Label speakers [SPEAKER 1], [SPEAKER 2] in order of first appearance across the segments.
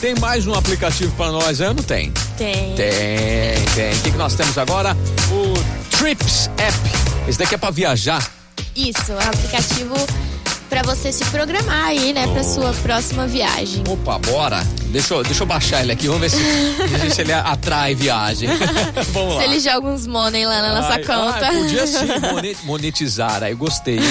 [SPEAKER 1] Tem mais um aplicativo para nós, é? Não tem?
[SPEAKER 2] Tem.
[SPEAKER 1] Tem, tem. O que, que nós temos agora? O Trips App. Esse daqui é para viajar.
[SPEAKER 2] Isso, é um aplicativo para você se programar aí, né, para sua próxima viagem.
[SPEAKER 1] Opa, bora. Deixa eu, deixa eu baixar ele aqui, vamos ver se, ver se ele atrai viagem. vamos lá.
[SPEAKER 2] Se ele joga uns money lá na nossa
[SPEAKER 1] Ai,
[SPEAKER 2] conta.
[SPEAKER 1] ai, podia sim mone- monetizar, aí gostei. hein?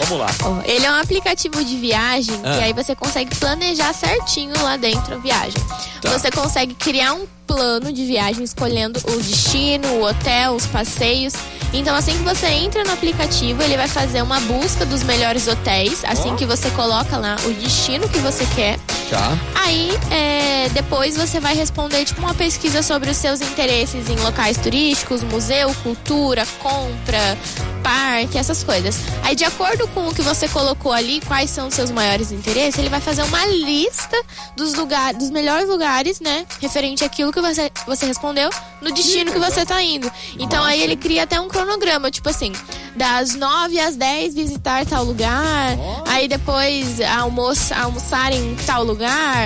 [SPEAKER 1] Vamos lá.
[SPEAKER 2] Ó, Ele é um aplicativo de viagem
[SPEAKER 1] Ah.
[SPEAKER 2] que aí você consegue planejar certinho lá dentro a viagem.
[SPEAKER 1] Tá.
[SPEAKER 2] Você consegue criar um plano de viagem escolhendo o destino, o hotel, os passeios. Então assim que você entra no aplicativo, ele vai fazer uma busca dos melhores hotéis, assim
[SPEAKER 1] Ó.
[SPEAKER 2] que você coloca lá o destino que você quer.
[SPEAKER 1] Tá.
[SPEAKER 2] Aí, é, depois você vai responder tipo uma pesquisa sobre os seus interesses em locais turísticos, museu, cultura, compra, parque, essas coisas. Aí, de acordo com o que você colocou ali, quais são os seus maiores interesses, ele vai fazer uma lista dos lugares, dos melhores lugares, né, referente àquilo que você, você respondeu no destino que você tá indo. Então, aí ele cria até um cronograma, tipo assim, das 9 às 10 visitar tal lugar, aí depois almoço, almoçar em tal lugar.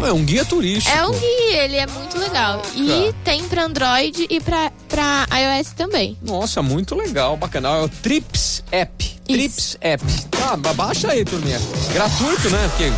[SPEAKER 1] É um guia turístico.
[SPEAKER 2] É um guia, ele é muito legal. E
[SPEAKER 1] Tá.
[SPEAKER 2] tem pra Android e pra, pra iOS também.
[SPEAKER 1] Nossa, muito legal, bacana. É o Trips App. Trips App. Tá, ba- baixa aí, turminha. Gratuito, né? Porque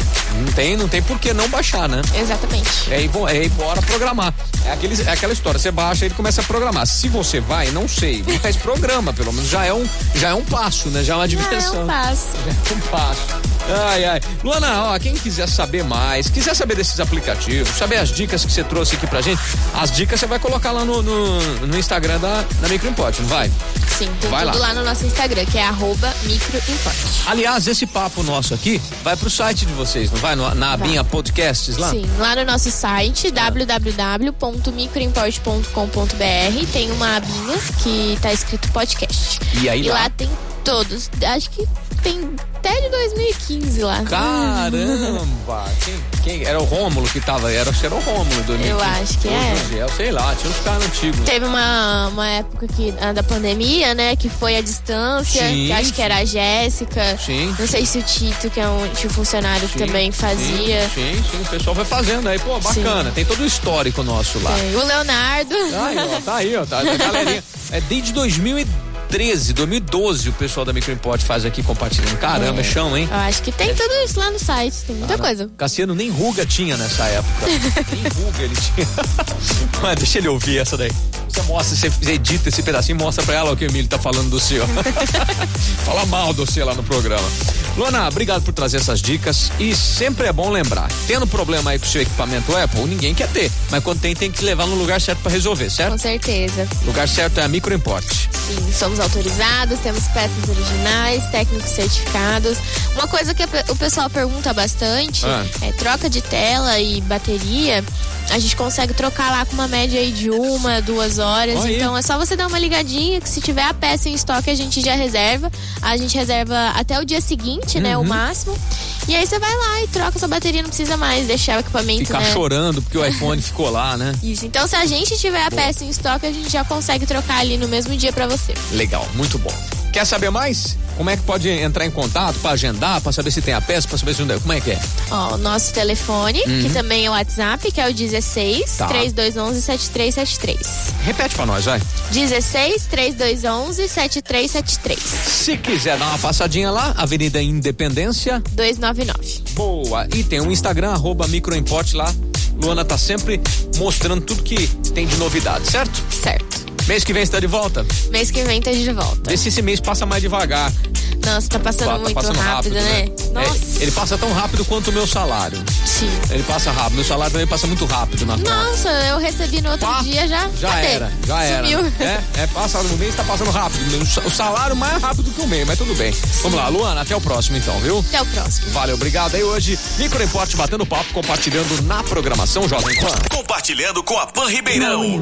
[SPEAKER 1] não tem, não tem por que não baixar, né?
[SPEAKER 2] Exatamente.
[SPEAKER 1] E aí, bo- e aí bora programar. É, aquele, é aquela história, você baixa e ele começa a programar. Se você vai, não sei, mas programa, pelo menos. Já é um, já é um passo, né? Já é uma
[SPEAKER 2] Ah,
[SPEAKER 1] diversão.
[SPEAKER 2] eu passo.
[SPEAKER 1] Um passo. Ai, ai. Luana, ó, quem quiser saber mais, quiser saber desses aplicativos, saber as dicas que você trouxe aqui pra gente, as dicas você vai colocar lá no, no, no Instagram da, da Micro Import, não vai?
[SPEAKER 2] Sim, tem
[SPEAKER 1] Vai
[SPEAKER 2] tudo
[SPEAKER 1] lá.
[SPEAKER 2] lá. no nosso Instagram, que é arroba microimport.
[SPEAKER 1] Aliás, esse papo nosso aqui vai pro site de vocês, não vai? No- na abinha podcasts lá?
[SPEAKER 2] Sim, lá no nosso site, www.microimport.com.br, tem uma abinha que tá escrito podcast.
[SPEAKER 1] E aí lá?
[SPEAKER 2] lá tem todos, acho que tem até de 2015 lá.
[SPEAKER 1] Caramba! Quem, quem- era o Rômulo que tava? Era, acho que era o Rômulo do
[SPEAKER 2] Eu acho que é.
[SPEAKER 1] sei lá, tinha uns caras antigos.
[SPEAKER 2] Teve uma, uma época que, a da pandemia, né? Que foi à distância,
[SPEAKER 1] Sim,
[SPEAKER 2] que acho
[SPEAKER 1] sim.
[SPEAKER 2] que era a Jéssica.
[SPEAKER 1] Sim.
[SPEAKER 2] Não sei se o Tito, que é um tinha um funcionário, que
[SPEAKER 1] Sim,
[SPEAKER 2] também fazia.
[SPEAKER 1] Sim, sim, sim, o pessoal vai fazendo aí, pô, bacana. Tem todo o histórico nosso lá.
[SPEAKER 2] É, O Leonardo.
[SPEAKER 1] Tá aí, ó, tá aí, ó, tá, a galerinha. É desde 2013, 2012 o pessoal da Micro Import faz aqui compartilhando. Caramba, é chão, hein? É.
[SPEAKER 2] Eu acho que tem tudo isso lá no site, tem muita coisa.
[SPEAKER 1] Tá Cassiano nem ruga tinha nessa época. nem ruga ele tinha. Mas deixa ele ouvir essa daí. Você mostra, você você edita esse pedacinho e mostra pra ela o que o Emílio tá falando do seu. Fala mal do seu lá no programa. Luana, obrigado por trazer essas dicas e sempre é bom lembrar, tendo problema aí com o seu equipamento Apple, ninguém quer ter, mas quando tem, tem que levar no lugar certo pra resolver, certo?
[SPEAKER 2] Com certeza.
[SPEAKER 1] Lugar certo é a Micro Import.
[SPEAKER 2] Sim, somos autorizados, temos peças originais, técnicos certificados. Uma coisa que a pe- o pessoal pergunta bastante
[SPEAKER 1] Ah.
[SPEAKER 2] é troca de tela e bateria. A gente consegue trocar lá com uma média aí de uma, duas horas.
[SPEAKER 1] Olha aí.
[SPEAKER 2] Então é só você dar uma ligadinha que se tiver a peça em estoque a gente já reserva. A gente reserva até o dia seguinte, né?
[SPEAKER 1] Uhum.
[SPEAKER 2] O máximo. E aí você vai lá e troca sua bateria, não precisa mais deixar o equipamento,
[SPEAKER 1] Ficar
[SPEAKER 2] né?
[SPEAKER 1] chorando porque o iPhone ficou lá, né?
[SPEAKER 2] Isso. Então se a gente tiver a peça em estoque, a gente já consegue trocar ali no mesmo dia pra você.
[SPEAKER 1] Legal, muito bom. Quer saber mais? Como é que pode entrar em contato pra agendar, pra saber se tem a peça, pra saber se não é? Como é que é?
[SPEAKER 2] Ó, o nosso telefone, que também é o WhatsApp, que é o 16
[SPEAKER 1] Uhum. Tá.
[SPEAKER 2] 3211 7373.
[SPEAKER 1] Repete pra nós, vai.
[SPEAKER 2] 16 3211 7373.
[SPEAKER 1] Se quiser dar uma passadinha lá, Avenida Independência,
[SPEAKER 2] 299.
[SPEAKER 1] boa. E tem um Instagram, arroba microimporte lá. Luana tá sempre mostrando tudo que tem de novidade, certo?
[SPEAKER 2] Certo.
[SPEAKER 1] Mês que vem você tá de volta?
[SPEAKER 2] Mês que vem tá de volta.
[SPEAKER 1] Vê se esse mês passa mais devagar.
[SPEAKER 2] Nossa, tá passando
[SPEAKER 1] Tá
[SPEAKER 2] muito
[SPEAKER 1] passando
[SPEAKER 2] rápido, né? Nossa.
[SPEAKER 1] É, ele passa tão rápido quanto o meu salário. Ele passa rápido. Meu salário também passa muito rápido na conta.
[SPEAKER 2] Nossa, eu recebi no outro
[SPEAKER 1] Pá,
[SPEAKER 2] dia já.
[SPEAKER 1] Tá. Já
[SPEAKER 2] Cadê?
[SPEAKER 1] era, já era.
[SPEAKER 2] Sumiu.
[SPEAKER 1] É, é passado no mês, tá passando rápido. O sa- O salário mais rápido que o mês, mas tudo bem. Vamos lá, Luana, até o próximo então, viu?
[SPEAKER 2] Até o próximo.
[SPEAKER 1] Valeu, obrigado aí hoje. Micro Report batendo papo, compartilhando na programação Jovem Pan.
[SPEAKER 3] Compartilhando com a Pan Ribeirão.